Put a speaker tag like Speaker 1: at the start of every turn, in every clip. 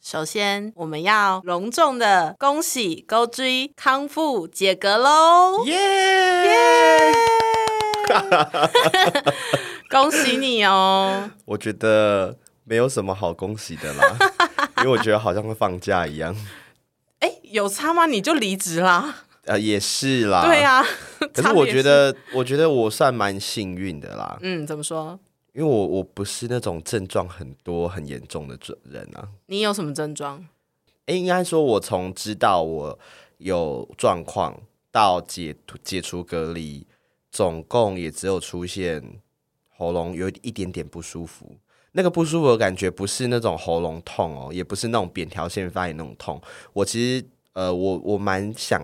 Speaker 1: 首先，我们要隆重的恭喜勾追康复解隔 喽！
Speaker 2: 耶！
Speaker 1: 恭喜你哦！
Speaker 2: 我觉得没有什么好恭喜的 啦，因为我觉得好像会放假一样。
Speaker 1: 哎，有差吗？你就离职啦？
Speaker 2: 呃，也是啦。
Speaker 1: 对啊，
Speaker 2: 可
Speaker 1: 差别
Speaker 2: 是我觉得，我觉得我算蛮幸运的啦，
Speaker 1: 嗯，怎么说？
Speaker 2: 因为我我不是那种症状很多、很严重的人啊。
Speaker 1: 你有什么症状？
Speaker 2: 诶，应该说，我从知道我有状况到解解除隔离，总共也只有出现喉咙有一点点不舒服。那个不舒服的感觉不是那种喉咙痛哦，也不是那种扁桃腺发炎那种痛。我其实呃，我我蛮想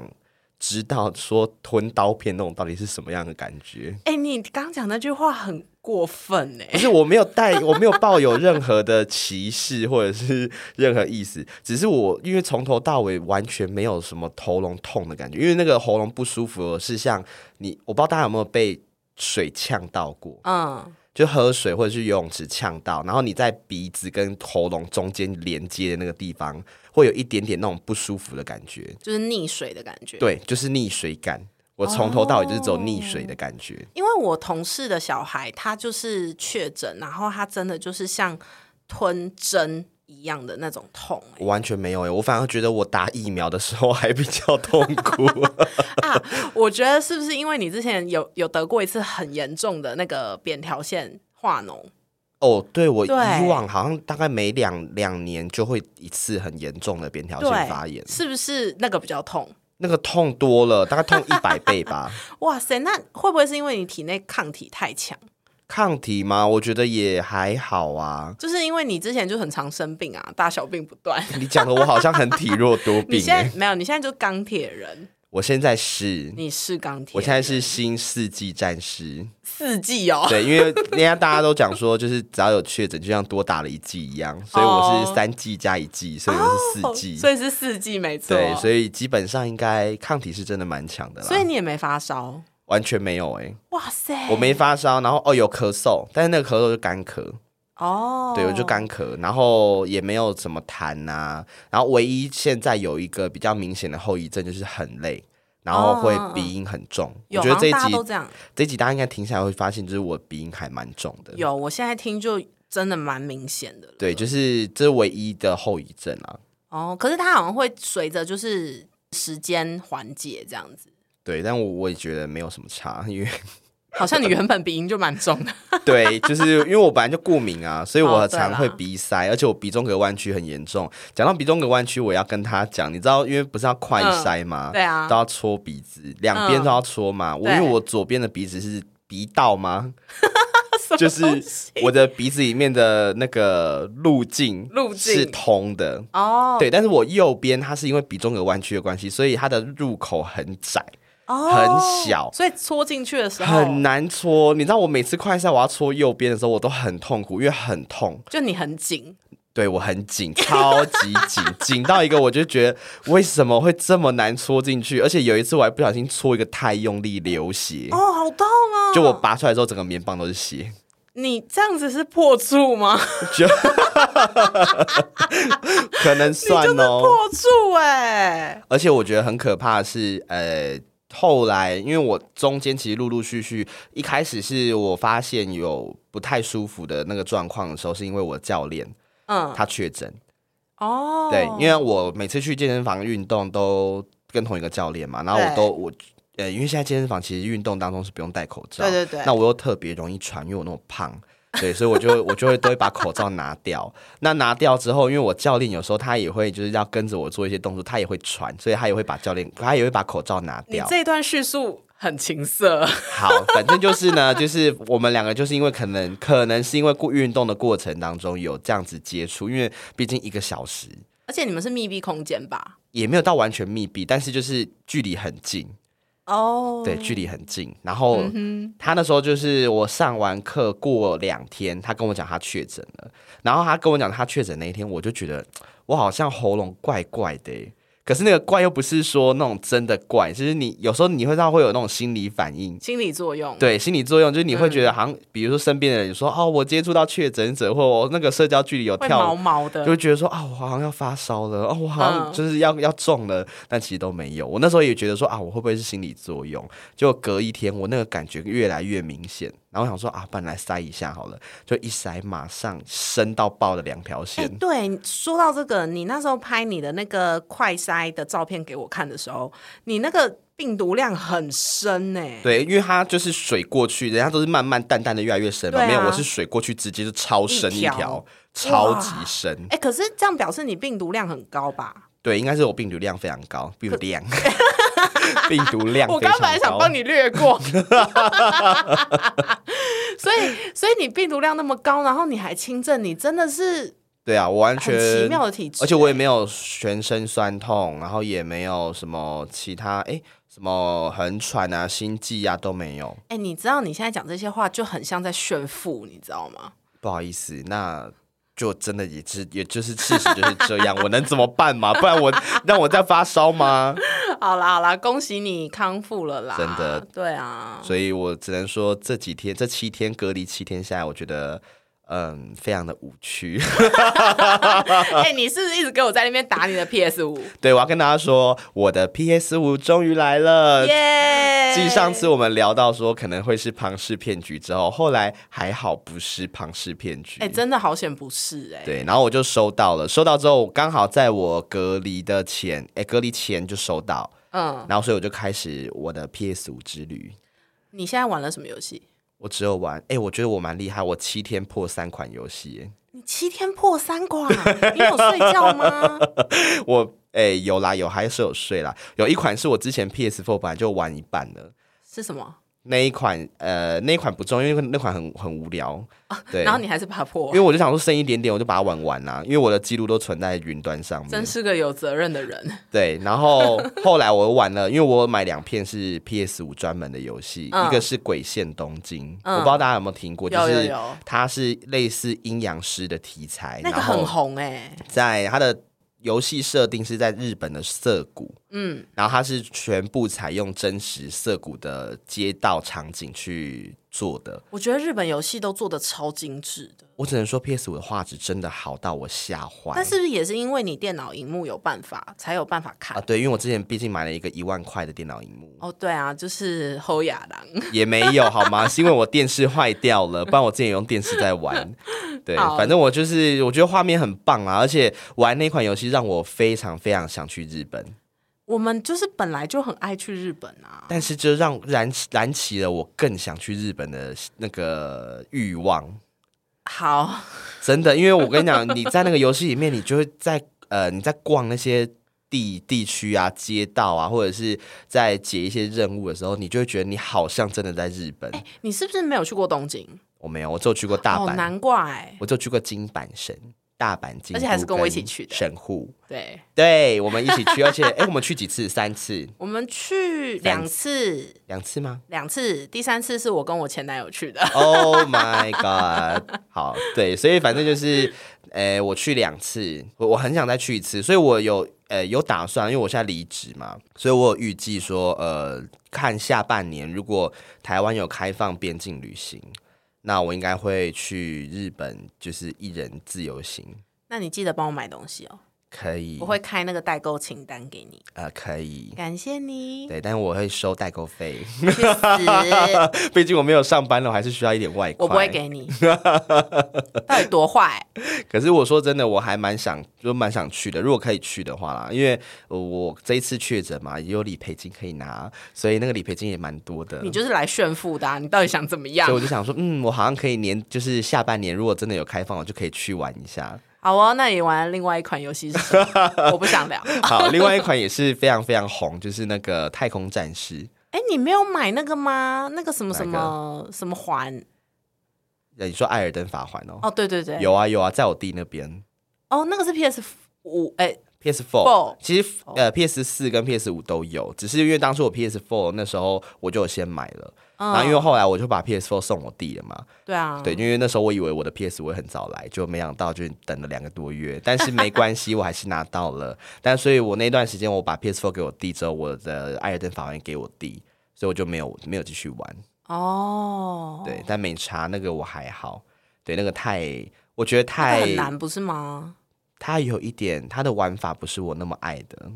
Speaker 2: 知道说吞刀片那种到底是什么样的感觉。
Speaker 1: 哎，你刚讲那句话很过分哎、
Speaker 2: 不是我没有带，我没有抱有任何的歧视或者是任何意思，只是我因为从头到尾完全没有什么喉咙痛的感觉，因为那个喉咙不舒服是像你，我不知道大家有没有被水呛到过，
Speaker 1: 嗯，
Speaker 2: 就喝水或者去游泳池呛到，然后你在鼻子跟喉咙中间连接的那个地方会有一点点那种不舒服的感觉，
Speaker 1: 就是溺水的感觉。，
Speaker 2: 对，就是溺水感。我从头到尾就是走溺水的感觉，
Speaker 1: 因为我同事的小孩他就是确诊，然后他真的就是像吞针一样的那种痛、哎
Speaker 2: 我完全没有诶、我反而觉得我打疫苗的时候还比较痛苦。
Speaker 1: 我觉得是不是因为你之前有有得过一次很严重的那个扁桃腺化脓？
Speaker 2: 哦，对我以
Speaker 1: 对
Speaker 2: 往好像大概每两两年就会一次很严重的扁桃腺发炎，
Speaker 1: 是不是那个比较痛？
Speaker 2: 那个痛多了，大概痛一百 倍吧。
Speaker 1: 哇塞，那会不会是因为你体内抗体太强？
Speaker 2: 抗体嘛，我觉得也还好啊。
Speaker 1: 就是因为你之前就很常生病啊，大小病不断。
Speaker 2: 你讲的我好像很体弱多
Speaker 1: 你
Speaker 2: 病、
Speaker 1: 现
Speaker 2: 欸，
Speaker 1: 在没有，你现在就钢铁人，
Speaker 2: 我现在是，
Speaker 1: 你是钢铁人。
Speaker 2: 我现在是新世纪战士。
Speaker 1: 四季哦，
Speaker 2: 对，因为人家大家都讲说，就是只要有确诊，就像多打了一剂一样，所以我
Speaker 1: 哦
Speaker 2: 是三剂加一剂，所以我是四 剂。
Speaker 1: 所以是四季没错。
Speaker 2: 对，所以啊基本上应该抗体是真的蛮强的啦。
Speaker 1: 所以你也没发烧。
Speaker 2: 完全没有哎、
Speaker 1: 哇塞，
Speaker 2: 我没发烧，然后哦有咳嗽，但是那个咳嗽就干咳，
Speaker 1: 哦，
Speaker 2: 对我就干咳，然后也没有怎么痰呐、然后唯一现在有一个比较明显的后遗症就是很累，然后会鼻音很重。
Speaker 1: 有，
Speaker 2: 我觉得这一
Speaker 1: 好像大家都
Speaker 2: 集
Speaker 1: 这样。
Speaker 2: 这一集大家应该停下来会发现，就是我鼻音还蛮重的。
Speaker 1: 有，我现在听就真的蛮明显的了。
Speaker 2: 对，就是这是唯一的后遗症啊。
Speaker 1: 哦，可是它好像会随着就是时间缓解这样子，
Speaker 2: 对，但我我也觉得没有什么差，因为
Speaker 1: 好像你原本鼻音就蛮重 的。
Speaker 2: 对，就是因为我本来就过敏啊，所以我
Speaker 1: 哦对啦
Speaker 2: 常会鼻塞，而且我鼻中隔弯曲很严重。讲到鼻中隔弯曲，我要跟他讲，你知道，因为不是要快塞吗？
Speaker 1: 对啊
Speaker 2: 都，要戳鼻子，两边
Speaker 1: 嗯
Speaker 2: 都要戳嘛。我
Speaker 1: 对
Speaker 2: 因为我左边的鼻子是鼻 道吗？
Speaker 1: 什么
Speaker 2: 就是
Speaker 1: 东西
Speaker 2: 我的鼻子里面的那个路径
Speaker 1: 路径
Speaker 2: 是通的。
Speaker 1: 哦
Speaker 2: 对，但是我右边它是因为鼻中隔弯曲的关系，所以它的入口很窄，
Speaker 1: 哦
Speaker 2: 很小
Speaker 1: 所以戳进去的时候
Speaker 2: 很难戳。你知道我每次快塞我要戳右边的时候，我都很痛苦，因为很痛。
Speaker 1: 就你很紧，
Speaker 2: 对我很紧，超级紧，紧到一个我就觉得为什么会这么难戳进去？而且有一次我还不小心戳一个太用力流血，
Speaker 1: 哦，好痛哦！
Speaker 2: 嗯就我拔出来之后，整个棉棒都是血。
Speaker 1: 你这样子是破处吗？
Speaker 2: 就可能算哦，
Speaker 1: 破处哎、
Speaker 2: 而且我觉得很可怕的是，呃，后来因为我中间其实陆陆续续，一开始是我发现有不太舒服的那个状况的时候，是因为我教练
Speaker 1: 嗯，
Speaker 2: 他确诊，
Speaker 1: 哦，
Speaker 2: 对，因为我每次去健身房运动都跟同一个教练嘛，然后我
Speaker 1: 对
Speaker 2: 都我呃，因为现在健身房其实运动当中是不用戴口罩，
Speaker 1: 对对对
Speaker 2: 那我又特别容易传，因为我那么胖。对，所以我就会我就会都会把口罩拿掉。 那拿掉之后，因为我教练有时候他也会就是要跟着我做一些动作，他也会传，所以他也会把教练他也会把口罩拿
Speaker 1: 你
Speaker 2: 掉。
Speaker 1: 这一段叙述很情色，
Speaker 2: 好，反正就是呢， 就是我们两个就是因为可能可能是因为过运动的过程当中有这样子接触，因为毕竟一个小时，
Speaker 1: 而且你们是密闭空间吧？
Speaker 2: 也没有到完全密闭，但是就是距离很近，
Speaker 1: 哦，嗯
Speaker 2: 对，距离很近。然后、他那时候就是我上完课过两天，他跟我讲他确诊了，然后他跟我讲他确诊那一天，我就觉得我好像喉咙怪怪的欸、可是那个怪又不是说那种真的怪，就是你有时候你会到会有那种心理反应，
Speaker 1: 心理作用。
Speaker 2: 对心理作用，就是你会觉得好像，比如说身边的人说哦，我接触到确诊者，或我那个社交距离有
Speaker 1: 会毛
Speaker 2: 跳，
Speaker 1: 毛
Speaker 2: 就
Speaker 1: 的，
Speaker 2: 会觉得说啊，我好像要发烧了，哦，我好像
Speaker 1: 嗯
Speaker 2: 就是要、要中了，但其实都没有。我那时候也觉得说啊，我会不会是心理作用？就隔一天，我那个感觉越来越明显，然后我想说啊，不然来塞一下好了，就一塞，马上升到爆的两条
Speaker 1: 哎、
Speaker 2: 线。
Speaker 1: 对，说到这个，你那时候拍你的那个快筛的照片给我看的时候，你那个病毒量很深呢、欸
Speaker 2: 对，因为它就是水过去，人家都是慢慢淡淡的越来越深嘛，
Speaker 1: 对啊
Speaker 2: 没有，我是水过去直接就超深一
Speaker 1: 一条
Speaker 2: 条，超
Speaker 1: 哇
Speaker 2: 级深。
Speaker 1: 哎、可是这样表示你病毒量很高吧？
Speaker 2: 对，应该是我病毒量非常高，病毒量，病毒量
Speaker 1: 我
Speaker 2: 非
Speaker 1: 刚
Speaker 2: 常
Speaker 1: 本来想
Speaker 2: 高。
Speaker 1: 帮你略 过，所以所以你病毒量那么高，然后你还轻症，你真的是
Speaker 2: 对啊，我完
Speaker 1: 很奇
Speaker 2: 全，
Speaker 1: 妙的体质、
Speaker 2: 而且我也
Speaker 1: 哎
Speaker 2: 没有全身酸痛，然后也没有什么其他，哎、什么很喘啊、心悸啊都没有。
Speaker 1: 哎、你知道你现在讲这些话就很像在炫富，你知道吗？
Speaker 2: 不好意思，那。就真的也是，也就是事实就是这样，我能怎么办嘛？不然我让我再发烧吗？
Speaker 1: 好啦好啦，恭喜你康复了啦！
Speaker 2: 真的，
Speaker 1: 对啊，
Speaker 2: 所以我只能说这几天这七天隔离七天下来，我觉得嗯非常的无趣。
Speaker 1: 哎、你是不是一直给我在那边打你的 PS 五？
Speaker 2: 对，我要跟大家说，我的 PS 五终于来了。
Speaker 1: 耶！
Speaker 2: 呃继上次我们聊到说可能会是庞氏骗局之后，后来还好不是庞氏骗局。
Speaker 1: 哎、真的好险不是哎、
Speaker 2: 对，然后我就收到了，收到之后我刚好在我隔离的前，哎，隔离前就收到，
Speaker 1: 嗯，
Speaker 2: 然后所以我就开始我的 PS 五之旅。
Speaker 1: 你现在玩了什么游戏？
Speaker 2: 我只有玩，哎，我觉得我蛮厉害，我七天破三款游戏，哎
Speaker 1: 你七天破三关，你有睡觉 吗？
Speaker 2: 我哎、有啦有还是有睡啦，有一款是我之前 PS4 本来就玩一半的，
Speaker 1: 是什么？
Speaker 2: 那一款呃那一款不重要，因为那款很很无聊，对。
Speaker 1: 哦然后你还是把它破
Speaker 2: 因为，我就想说剩一点点，我就把它玩完啦、啊因为我的记录都存在云端上
Speaker 1: 真
Speaker 2: 面。
Speaker 1: 是个有责任的人。
Speaker 2: 对，然后后来我玩了，因为我买两片是 PS 五专门的游戏，
Speaker 1: 嗯
Speaker 2: 一个是《鬼线东京》
Speaker 1: 嗯
Speaker 2: 我不知道大家有没有听过，
Speaker 1: 有
Speaker 2: 就
Speaker 1: 有
Speaker 2: 是
Speaker 1: 有，
Speaker 2: 它是类似阴阳师的题材，
Speaker 1: 那个
Speaker 2: 然后
Speaker 1: 很红哎、
Speaker 2: 在它的游戏设定是在日本的涩谷，
Speaker 1: 嗯，
Speaker 2: 然后它是全部采用真实涩谷的街道场景去做的。
Speaker 1: 我觉得日本游戏都做的超精致的，
Speaker 2: 我只能说，PS 五的画质真的好到我吓坏。
Speaker 1: 但是不是也是因为你电脑荧幕有办法，才有办法看？
Speaker 2: 啊，对，因为我之前毕竟买了一个一万块的电脑荧幕，
Speaker 1: 哦，对啊，就是侯亚郎。
Speaker 2: 也没有好吗？是因为我电视坏掉了，不然我之前也用电视在玩。对，
Speaker 1: 好
Speaker 2: 反正我就是我觉得画面很棒啊，而且玩那款游戏让我非常非常想去日本。
Speaker 1: 我们就是本来就很爱去日本啊，
Speaker 2: 但是这让燃起燃起了我更想去日本的那个欲望，
Speaker 1: 好，
Speaker 2: 真的，因为我跟你讲，你在那个游戏里面，你就会在呃你在逛那些地地区啊、街道啊，或者是在解一些任务的时候，你就会觉得你好像真的在日本。
Speaker 1: 你是不是没有去过东京？
Speaker 2: 我没有，我只有去过大
Speaker 1: 哦，
Speaker 2: 阪，
Speaker 1: 难怪，
Speaker 2: 我就去过金阪神、大阪京都，
Speaker 1: 而且还是跟我一起去的
Speaker 2: 神户，
Speaker 1: 对
Speaker 2: 对我们一起去，而且哎、我们去几次？三次，
Speaker 1: 我们去
Speaker 2: 三
Speaker 1: 两次，
Speaker 2: 两次吗？
Speaker 1: 两次，第三次是我跟我前男友去的。
Speaker 2: Oh my god！好，对，所以反正就是，呃，我去两次，我我很想再去一次，所以我有呃有打算，因为我现在离职嘛，所以我有预计说，呃，看下半年如果台湾有开放边境旅行，那我应该会去日本，就是一人自由行，
Speaker 1: 那你记得帮我买东西哦，
Speaker 2: 可以
Speaker 1: 我，会开那个代购清单给你，
Speaker 2: 呃，可以。
Speaker 1: 感谢你。
Speaker 2: 对，但我会收代 购费，
Speaker 1: 去死！
Speaker 2: 毕竟我没有上班了，我还是需要一点外快。
Speaker 1: 我不会给你， 到底多坏？
Speaker 2: 可是我说真的，我还蛮想，就蛮想去的。如果可以去的话啦，因为呃我这一次确诊嘛，也有理赔金可以拿，所以那个理赔金也蛮多的。
Speaker 1: 你就是来炫富的、啊，你到底想怎么样
Speaker 2: 所以？我嗯就想说，嗯，我好像可以年，就是下半年如果真的有开放，我就可以去玩一下。
Speaker 1: 好哦，那你玩另外一款游戏是什么？ 我不想聊。
Speaker 2: 好，另外一款也是非常非常红，就是那个《太空战士》
Speaker 1: 哎，你没有买那个吗？那个什么
Speaker 2: 哪个
Speaker 1: 什么什么环？
Speaker 2: 呃。你说《艾尔登法环》哦？
Speaker 1: 哦，对对对，
Speaker 2: 有啊有啊，在我弟那边。
Speaker 1: 哦，那个是 PS 五，哎，
Speaker 2: PS
Speaker 1: Four
Speaker 2: Four，其实呃 PS 四跟 PS 五都有，只是因为当初我 PS Four 那时候我就有先买了，
Speaker 1: 嗯
Speaker 2: 然后因为后来我就把 PS Four 送我弟了嘛，
Speaker 1: 对啊，
Speaker 2: 对，因为那时候我以为我的 PS 会很早来，就没想到就等了两个多月，但是没关系，我还是拿到了。 但所以，我那段时间我把 PS4 给我弟之后，我的《艾尔登法环》给我弟，所以我就没有没有继续玩。
Speaker 1: 哦，
Speaker 2: 对，但没差，那个我还好。对，那个太，我觉得
Speaker 1: 那个
Speaker 2: 太
Speaker 1: 很，难不是吗？
Speaker 2: 它有一点，它的玩法不是我那么爱的，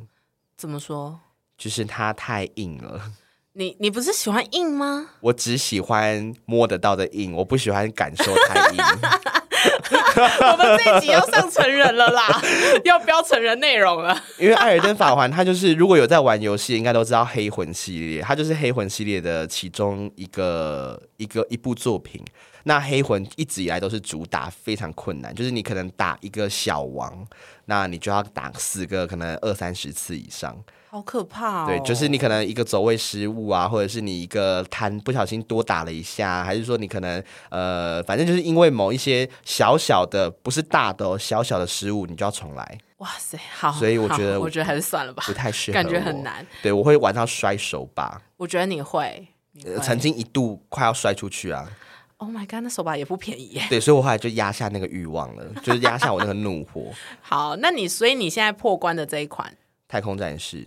Speaker 1: 怎么说？
Speaker 2: 就是它太硬了。
Speaker 1: 你你不是喜欢硬吗？
Speaker 2: 我只喜欢摸得到的硬，我不喜欢感受太硬。
Speaker 1: 我们这一集要上成人了啦，要标成人内容了。
Speaker 2: 因为《艾尔登法环》它就是如果有在玩游戏，应该都知道黑魂系列，它就是黑魂系列的其中一个一个一部作品。那黑魂一直以来都是主打非常困难，就是你可能打一个小王，那你就要打四个，可能二三十次以上。
Speaker 1: 好可怕哦！
Speaker 2: 对，就是你可能一个走位失误啊，或者是你一个贪不小心多打了一下，还是说你可能呃，反正就是因为某一些小小的，不是大的、哦、小小的失误，你就要重来，
Speaker 1: 哇塞，好，
Speaker 2: 所以我觉得
Speaker 1: 好
Speaker 2: 我
Speaker 1: 我觉得还是算了吧
Speaker 2: 不，太适合
Speaker 1: 感觉很
Speaker 2: 我
Speaker 1: 难。
Speaker 2: 对，我会玩到摔手把，
Speaker 1: 我觉得你会，你
Speaker 2: 呃
Speaker 1: 会
Speaker 2: 曾经一度快要摔出去啊。
Speaker 1: Oh my god，那手把也不便宜耶。
Speaker 2: 对，所以我后来就压下那个欲望了，就是压下我那个怒 火。
Speaker 1: 好，那你所以你现在破关的这一款，
Speaker 2: 太空战士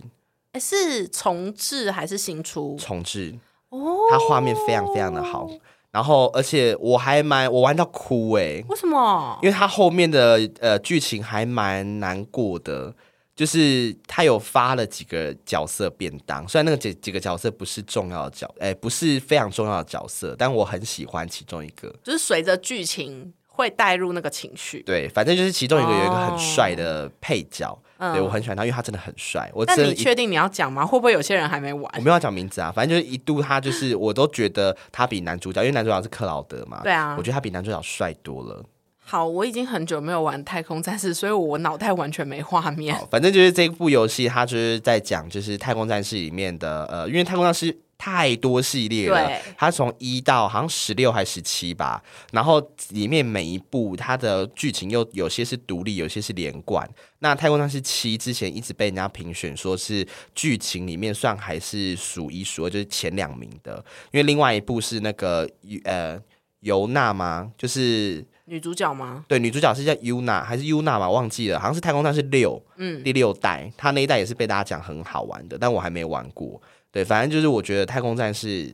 Speaker 1: 诶是重置还是新出？
Speaker 2: 重置，
Speaker 1: 哦，
Speaker 2: 它画面非常非常的好，然后而且我还蛮我玩到哭欸诶、
Speaker 1: 为什么？
Speaker 2: 因为它后面的呃剧情还蛮难过的。就是它有发了几个角色便当，虽然那个几几个角色不是重要的角，哎、不是非常重要的角色，但我很喜欢其中一个。
Speaker 1: 就是随着剧情会带入那个情绪。
Speaker 2: 对，反正就是其中一个有一个
Speaker 1: 哦
Speaker 2: 很帅的配角，
Speaker 1: 嗯
Speaker 2: 对我很喜欢他，因为他真的很帅。我
Speaker 1: 那
Speaker 2: 真的
Speaker 1: 你
Speaker 2: 一
Speaker 1: 确定你要讲吗？会不会有些人还没玩
Speaker 2: 我？没有要讲名字啊，反正就是一度他就是我都觉得他比男主角，因为男主角是克劳德嘛，
Speaker 1: 对啊
Speaker 2: 我觉得他比男主角帅多了。
Speaker 1: 好，我已经很久没有玩太空战士，所以我脑袋完全没画面。
Speaker 2: 好，反正就是这部游戏，它就是在讲就是太空战士里面的呃，因为太空战士。太多系列了
Speaker 1: 对，
Speaker 2: 它从一到好像十六还十七吧，然后里面每一部它的剧情又有些是独立，有些是连贯。那《太空战士七》之前一直被人家评选说是剧情里面算还是数一数二，就是前两名的，因为另外一部是那个呃尤娜吗？就是
Speaker 1: 女主角吗？
Speaker 2: 对，女主角是叫 Yuna 还是 Yuna 嘛？忘记了，好像是太空战士六，嗯，第六代，它那一代也是被大家讲很好玩的，但我还没玩过。对，反正就是我觉得太空战士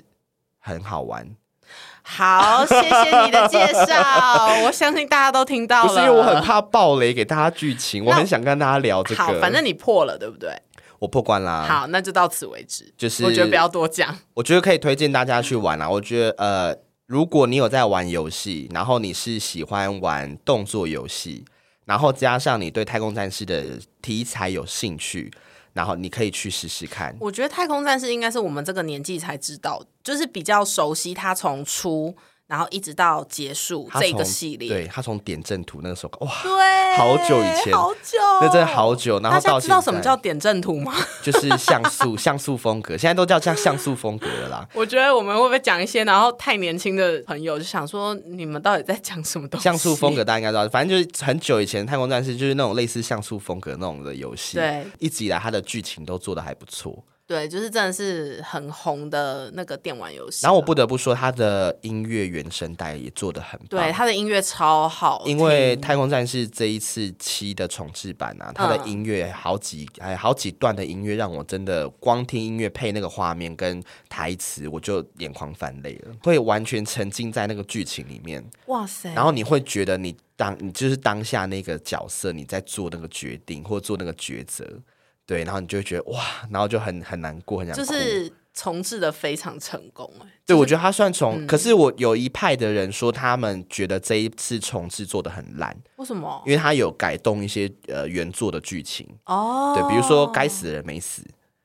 Speaker 2: 很好玩，
Speaker 1: 好，谢谢你的介 绍，我相信大家都听到了。
Speaker 2: 不是因为我很怕暴雷给大家剧情，我
Speaker 1: 那
Speaker 2: 很想跟大家聊这个。
Speaker 1: 好，反正你破了，对不对？
Speaker 2: 我破关啦。，
Speaker 1: 好，那就到此为止。
Speaker 2: 就是
Speaker 1: 我觉得不要多讲。
Speaker 2: 我觉得可以推荐大家去玩啦。我觉得呃，如果你有在玩游戏，然后你是喜欢玩动作游戏，然后加上你对太空战士的题材有兴趣，然后你可以去试试看。
Speaker 1: 我觉得《太空战士》应该是我们这个年纪才知道，就是比较熟悉它从出，然后一直到结束
Speaker 2: 他
Speaker 1: 这个
Speaker 2: 从
Speaker 1: 系列。
Speaker 2: 对他从点阵图那个时候，哇，
Speaker 1: 对
Speaker 2: 好久以前
Speaker 1: 好久，
Speaker 2: 那真的好久。然
Speaker 1: 哦大
Speaker 2: 后
Speaker 1: 家
Speaker 2: 到
Speaker 1: 知道
Speaker 2: 现
Speaker 1: 什么
Speaker 2: 在
Speaker 1: 叫点阵图吗？
Speaker 2: 就是像素像素风格，现在都叫像像素风格了啦。
Speaker 1: 我觉得我们会不会讲一些，然后太年轻的朋友就想说，你们到底在讲什 么东西？
Speaker 2: 像素风格大家应该知道，反正就是很久以前《太空战士》就是那种类似像素风格那种的游戏。
Speaker 1: 对，
Speaker 2: 一直以来它的剧情都做的还不错。
Speaker 1: 对，就是真的是很红的那个电玩游戏。啊
Speaker 2: 然后我不得不说，它的音乐原声带也做的很棒。
Speaker 1: 对，他的音乐超好听，
Speaker 2: 因为《太空战士》这一次七的重置版
Speaker 1: 嗯
Speaker 2: 啊，它的音乐好几哎好几段的音乐，让我真的光听音乐配那个画面跟台词，我就眼眶泛泪了，会完全沉浸在那个剧情里面，
Speaker 1: 哇塞，
Speaker 2: 然后你会觉得你当你就是当下那个角色，你在做那个决定或做那个抉择，对，然后你就会觉得哇，然后就很很难过，很想哭。
Speaker 1: 就是重置的非常成功哎、
Speaker 2: 对，我觉得他算重，
Speaker 1: 嗯
Speaker 2: 可是我有一派的人说，他们觉得这一次重置做的很烂，
Speaker 1: 为什么？
Speaker 2: 因为他有改动一些呃原作的剧情，
Speaker 1: 哦，
Speaker 2: 对，比如说该死的人没死，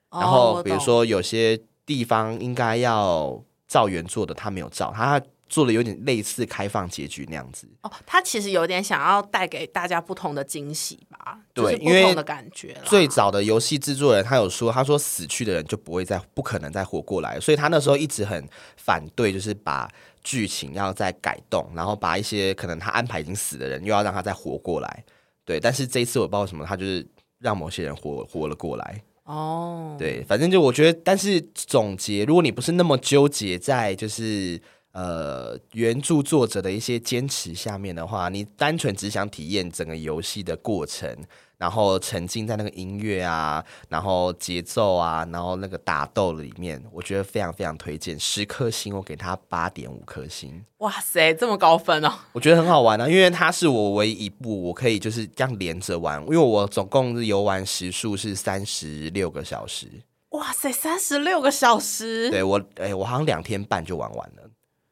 Speaker 1: 哦，
Speaker 2: 然后
Speaker 1: 我
Speaker 2: 比如
Speaker 1: 懂，
Speaker 2: 说有些地方应该要照原作的，他没有照，他做的有点类似开放结局那样子。
Speaker 1: 哦，他其实有点想要带给大家不同的惊喜吧，
Speaker 2: 对
Speaker 1: 就是不
Speaker 2: 因为
Speaker 1: 同的感觉啦。
Speaker 2: 最早的游戏制作人他有说，他说死去的人就不会再不可能再活过来，所以他那时候一直很反对，就是把剧情要再改动，然后把一些可能他安排已经死的人又要让他再活过来。对，但是这一次我不知道为什么，他就是让某些人活活了过来。
Speaker 1: 哦，
Speaker 2: 对，反正就我觉得，但是总结，如果你不是那么纠结在就是呃原著作者的一些坚持下面的话，你单纯只想体验整个游戏的过程，然后沉浸在那个音乐啊，然后节奏啊，然后那个打斗里面，我觉得非常非常推荐，十颗星我给他八点五颗星。
Speaker 1: 哇塞，这么高分哦！
Speaker 2: 我觉得很好玩啊，因为它是我唯一一部我可以就是这样连着玩，因为我总共是游玩时数是三十六个小时，
Speaker 1: 哇塞，三十六个小时，
Speaker 2: 对我，哎、我好像两天半就玩完了。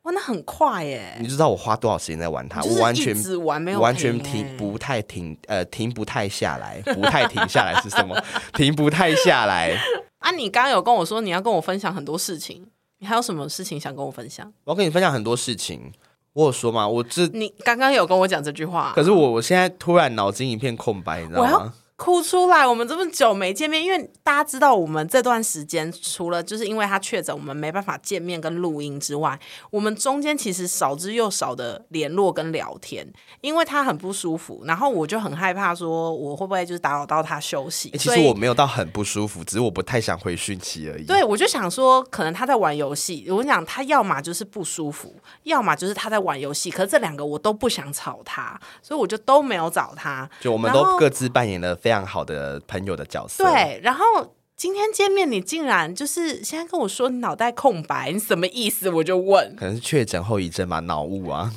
Speaker 1: 哇，那很快耶！
Speaker 2: 你知道我花多少时间在玩它？
Speaker 1: 就是
Speaker 2: 我完全
Speaker 1: 一直玩没有
Speaker 2: 我完全
Speaker 1: 停欸
Speaker 2: 停不太停，呃，停不太下来，不太停下来是什么？停不太下来。
Speaker 1: 啊，你刚刚有跟我说你要跟我分享很多事情，你还有什么事情想跟我分享？
Speaker 2: 我要跟你分享很多事情，我有说嘛，我这
Speaker 1: 你刚刚有跟我讲这句话，
Speaker 2: 可是我我现在突然脑筋一片空白，你知道
Speaker 1: 我要
Speaker 2: 吗？
Speaker 1: 哭出来！我们这么久没见面，因为大家知道我们这段时间除了就是因为他确诊，我们没办法见面跟录音之外，我们中间其实少之又少的联络跟聊天，因为他很不舒服，然后我就很害怕说我会不会就是打扰到他休息。
Speaker 2: 欸其
Speaker 1: 所
Speaker 2: 实
Speaker 1: 以
Speaker 2: 我没有到很不舒服，只是我不太想回讯息而已。
Speaker 1: 对，我就想说，可能他在玩游戏。我跟你讲，他要么就是不舒服，要么就是他在玩游戏。可是这两个我都不想吵他，所以我就都没有找他。
Speaker 2: 就我们
Speaker 1: 然
Speaker 2: 都
Speaker 1: 后
Speaker 2: 各自扮演了非常好的朋友的角色。，
Speaker 1: 对，然后今天见面，你竟然就是现在跟我说你脑袋空白，你什么意思？我就问，
Speaker 2: 可能是确诊后遗症嘛，脑雾啊。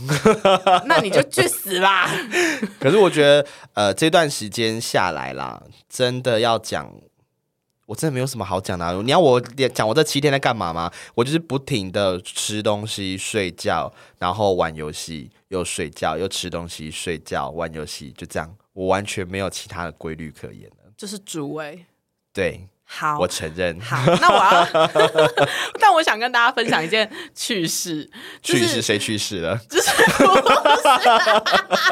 Speaker 1: 那你就去死 吧！
Speaker 2: 可是我觉得，呃，这段时间下来啦，真的要讲，我真的没有什么好讲的啊、你要我讲我这七天在干嘛吗？我就是不停的吃东西、睡觉，然后玩游戏，又睡觉，又吃东西、睡觉、玩游戏，就这样。我完全没有其他的规律可言了。
Speaker 1: 就是主哎、
Speaker 2: 对，
Speaker 1: 好
Speaker 2: 我。承认，
Speaker 1: 好，那我要， 但我想跟大家分享一件趣事，就
Speaker 2: 去世谁去世了？
Speaker 1: 就是不是？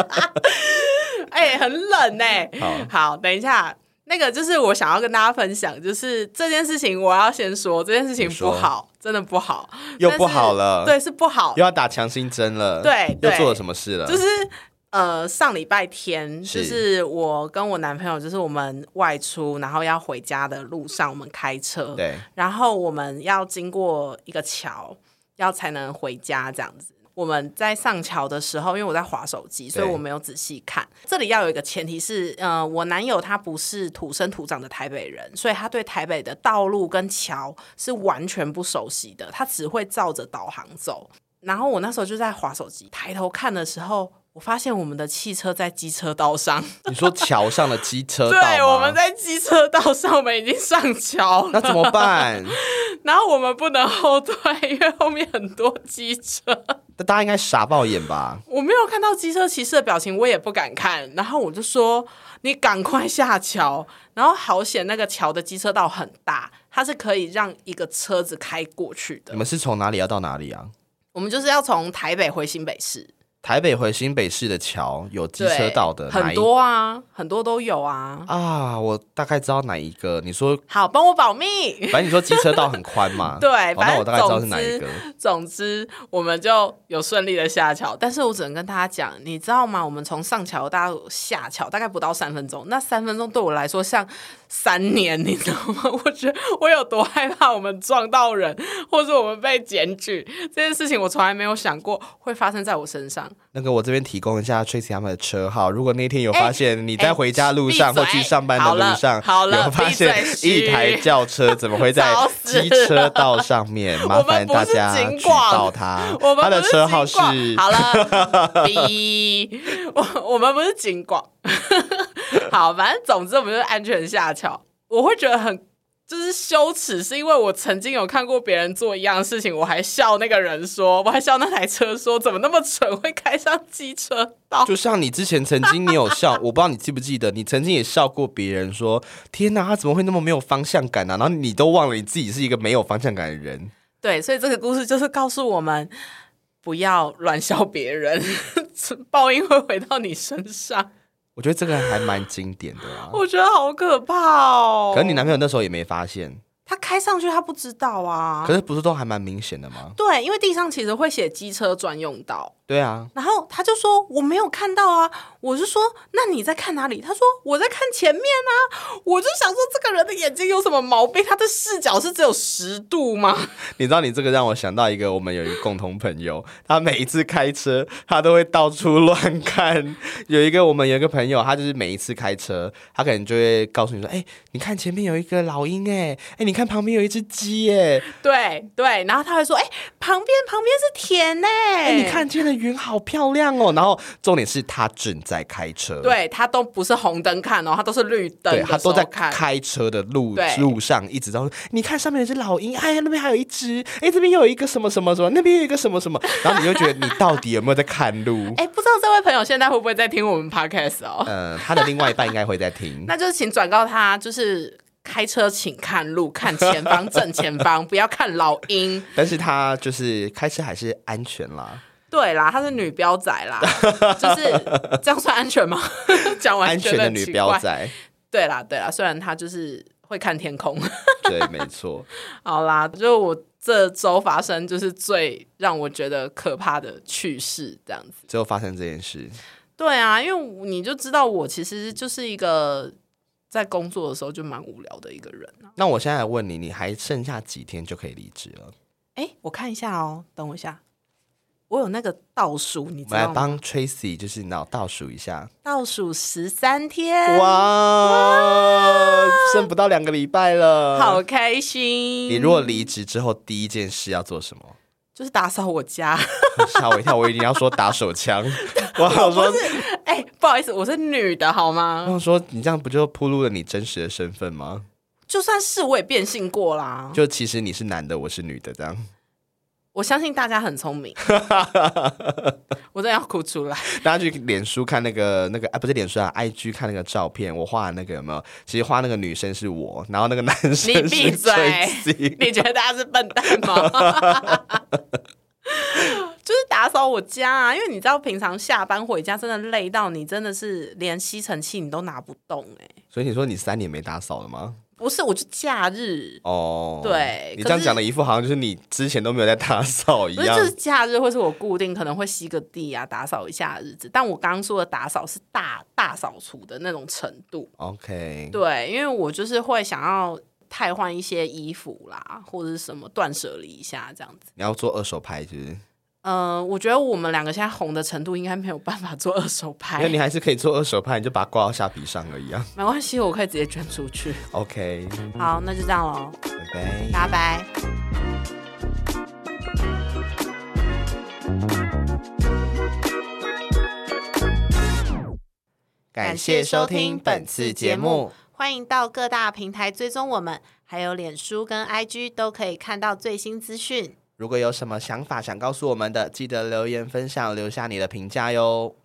Speaker 1: 哎、很冷哎、 好，等一下。那个就是我想要跟大家分享，就是这件事情，我要先说这件事情
Speaker 2: 你
Speaker 1: 不
Speaker 2: 说
Speaker 1: 好，真的不好，
Speaker 2: 又
Speaker 1: 但
Speaker 2: 不
Speaker 1: 是
Speaker 2: 好了
Speaker 1: 对，是不好
Speaker 2: 又，要打强心针了？
Speaker 1: 对
Speaker 2: 又
Speaker 1: 对
Speaker 2: 做了什么事了？
Speaker 1: 就是呃，上礼拜天，就是是我跟我男朋友，就是我们外出，然后要回家的路上，我们开车，
Speaker 2: 对，
Speaker 1: 然后我们要经过一个桥，要才能回家这样子。我们在上桥的时候，因为我在划手机，所以我没有仔细看。这里要有一个前提是，呃，我男友他不是土生土长的台北人，所以他对台北的道路跟桥是完全不熟悉的，他只会照着导航走。然后我那时候就在划手机，抬头看的时候，我发现我们的汽车在机车道上，
Speaker 2: 你说桥上的机车道
Speaker 1: 对，
Speaker 2: 吗
Speaker 1: 我们在机车道上，我们已经上桥了
Speaker 2: 那。怎么办？
Speaker 1: 然后我们不能后退，因为后面很多机车。
Speaker 2: 那大家应该傻爆眼 吧？
Speaker 1: 我没有看到机车骑士的表情，我也不敢看。然后我就说：“你赶快下桥。”然后好险，那个桥的机车道很大，它是可以让一个车子开过去的
Speaker 2: 你。们是从哪里要到哪里啊？
Speaker 1: 嗯我们就是要从台北回新北市，
Speaker 2: 台北回新北市的桥有机
Speaker 1: 对
Speaker 2: 车道的哪
Speaker 1: 很
Speaker 2: 一
Speaker 1: 多啊，很多都有啊。
Speaker 2: 啊，我大概知道哪一个。你说，
Speaker 1: 好，帮我保密。
Speaker 2: 反正你说机车道很宽嘛，
Speaker 1: 对
Speaker 2: 哦
Speaker 1: 反
Speaker 2: 那
Speaker 1: 正
Speaker 2: 我大概知道是
Speaker 1: 总
Speaker 2: 哪一
Speaker 1: 之
Speaker 2: 个。
Speaker 1: 总之，我们就有顺利的下桥，但是我只能跟大家讲，你知道吗？我们从上桥到下桥大概不到三分钟，那三分钟对我来说像三年，你知道吗？我觉得我有多害怕我们撞到人，或者我们被检举这件事情，我从来没有想过会发生在我身上。
Speaker 2: 那个我这边提供一下 Tracy 他们的车号，如果那天有发现你在
Speaker 1: 哎
Speaker 2: 回家路上
Speaker 1: 闭
Speaker 2: 或
Speaker 1: 嘴
Speaker 2: 去上班的路上，
Speaker 1: 好了好了
Speaker 2: 有发现
Speaker 1: 闭嘴
Speaker 2: 一台轿车怎么 会在
Speaker 1: 吵死了
Speaker 2: 机车道上 面？麻烦大家
Speaker 1: 我们不是
Speaker 2: 举
Speaker 1: 警广
Speaker 2: 报他，
Speaker 1: 我们
Speaker 2: 他的
Speaker 1: 不是
Speaker 2: 车号
Speaker 1: 警广
Speaker 2: 是
Speaker 1: 好 了，B，我我们不是警广， 好，反正总之我们就是安全下桥。我会觉得很就是羞耻，是因为我曾经有看过别人做一样的事情，我还笑那个人说，我还笑那台车说怎么那么蠢，会开上机车道。
Speaker 2: 就像你之前曾经你有笑，我不知道你记不记得，你曾经也笑过别人说：“天哪，他怎么会那么没有方向感呢、啊？”然后你都忘了你自己是一个没有方向感的人。
Speaker 1: 对，所以这个故事就是告诉我们。不要乱笑别人， 报应会回到你身上。
Speaker 2: 我觉得这个还蛮经典的啊啦。
Speaker 1: 我觉得好可怕哦！
Speaker 2: 可是你男朋友那时候也没发现，
Speaker 1: 他开上去，他不知道啊。
Speaker 2: 可是不是都还蛮明显的吗？
Speaker 1: 对，因为地上其实会写机车专用道，
Speaker 2: 对啊，
Speaker 1: 然后他就说我没有看到啊，我是说那你在看哪里？他说我在看前面啊，我就想说这个人的眼睛有什么毛病？他的视角是只有十度吗？
Speaker 2: 你知道你这个让我想到一个，我们有一个共同朋友，他每一次开车，他都会到处乱看。有一个我们有一个朋友，他就是每一次开车，他可能就会告诉你说：“哎、你看前面有一个老鹰、哎，哎，你看旁边有一只鸡、哎，
Speaker 1: 对对，然后他会说哎、旁边旁边是田呢、
Speaker 2: 哎，你看见的云好漂亮哦。”然后重点是他正在开车，
Speaker 1: 对他都不是红灯看哦，他都是绿灯
Speaker 2: 对
Speaker 1: 的时候看，
Speaker 2: 他都在开车的路
Speaker 1: 对
Speaker 2: 路上一直在说，你看上面有一只老鹰，哎呀，那边还有一只，哎，这边又有一个什么什么什么，那边又有一个什么 什么，然后你就觉得你到底有没有在看路？
Speaker 1: 哎、不知道这位朋友现在会不会在听我们 podcast 哦？
Speaker 2: 呃，他的另外一半应该会 在听。
Speaker 1: 那就是请转告他，就是开车请看路，看前方 正前方，不要看老鹰。
Speaker 2: 但是他就是开车还是安全啦，
Speaker 1: 对啦，她是女标仔 啦，就是这样算安全吗？ 讲完
Speaker 2: 安
Speaker 1: 觉
Speaker 2: 全
Speaker 1: 得
Speaker 2: 的
Speaker 1: 很
Speaker 2: 女
Speaker 1: 奇
Speaker 2: 标
Speaker 1: 怪。
Speaker 2: 仔，
Speaker 1: 对啦，对啦，虽然她就是会看天空。
Speaker 2: 对，没错。
Speaker 1: 好啦，就我这周发生就是最让我觉得可怕的趣事，这样子。
Speaker 2: 最后发生这件事，
Speaker 1: 对啊，因为你就知道我其实就是一个在工作的时候就蛮无聊的一个人。
Speaker 2: 那我现在来问你，你还剩下几天就可以离职了？
Speaker 1: 哎、我看一下哦，等我一下，我有那个倒数，你
Speaker 2: 我
Speaker 1: 知
Speaker 2: 们来
Speaker 1: 道吗？
Speaker 2: 帮 Tracy 就是脑倒数一下。
Speaker 1: 倒数十三天，
Speaker 2: 哇，剩不到两个礼拜了。
Speaker 1: 好开心！
Speaker 2: 你如果离职之后第一件事要做什么？
Speaker 1: 就是打扫我家，
Speaker 2: 吓我一跳，我一定要说打手 枪。我想说，
Speaker 1: 哎、不好意思，我是女的好
Speaker 2: 我
Speaker 1: 吗？
Speaker 2: 想说，你这样不就暴露了你真实的身份吗？
Speaker 1: 就算是我也变性过啦，
Speaker 2: 就其实你是男的，我是女的，这样。
Speaker 1: 我相信大家很聪明，我真的要哭出来。
Speaker 2: 大家去脸书看那个那个，啊，不是脸书啊，IG 看那个照片，我画的那个有没有？其实画那个女生是我，然后那个男生
Speaker 1: 你
Speaker 2: 是
Speaker 1: 闭嘴
Speaker 2: Tracy
Speaker 1: 你觉得大家是笨蛋吗？ 就是打扫我家啊，因为你知道，平常下班回家真的累到你真的是连吸尘器你都拿不动哎、
Speaker 2: 所以你说你三年没打扫了吗？
Speaker 1: 不是，我就假日，
Speaker 2: 哦，
Speaker 1: 对
Speaker 2: 你
Speaker 1: 可
Speaker 2: 这样
Speaker 1: 是
Speaker 2: 讲的一副好像就是你之前都没有在打扫一
Speaker 1: 不是
Speaker 2: 样
Speaker 1: 就。是假日，或是我固定可能会吸个地啊，打扫一下的日子。但我刚刚说的打扫是大大扫除的那种程度，
Speaker 2: OK，
Speaker 1: 对，因为我就是会想要汰换一些衣服啦，或者是什么断舍离一下这样子。
Speaker 2: 你要做二手拍，是不是？
Speaker 1: 呃，我觉得我们两个现在红的程度应该没有办法做二手拍
Speaker 2: 那，你还是可以做二手拍，你就把它挂到虾皮上而已啊。
Speaker 1: 没关系，我可以直接捐出 去。
Speaker 2: OK，
Speaker 1: 好，那就这样喽，
Speaker 2: 拜拜。
Speaker 1: 拜拜。
Speaker 2: 感谢收听本次节目，，
Speaker 1: 欢迎到各大平台追踪我们，还有脸书跟 IG 都可以看到最新资讯。
Speaker 2: 如果有什么想法想告诉我们的，记得留言分享，留下你的评价哟。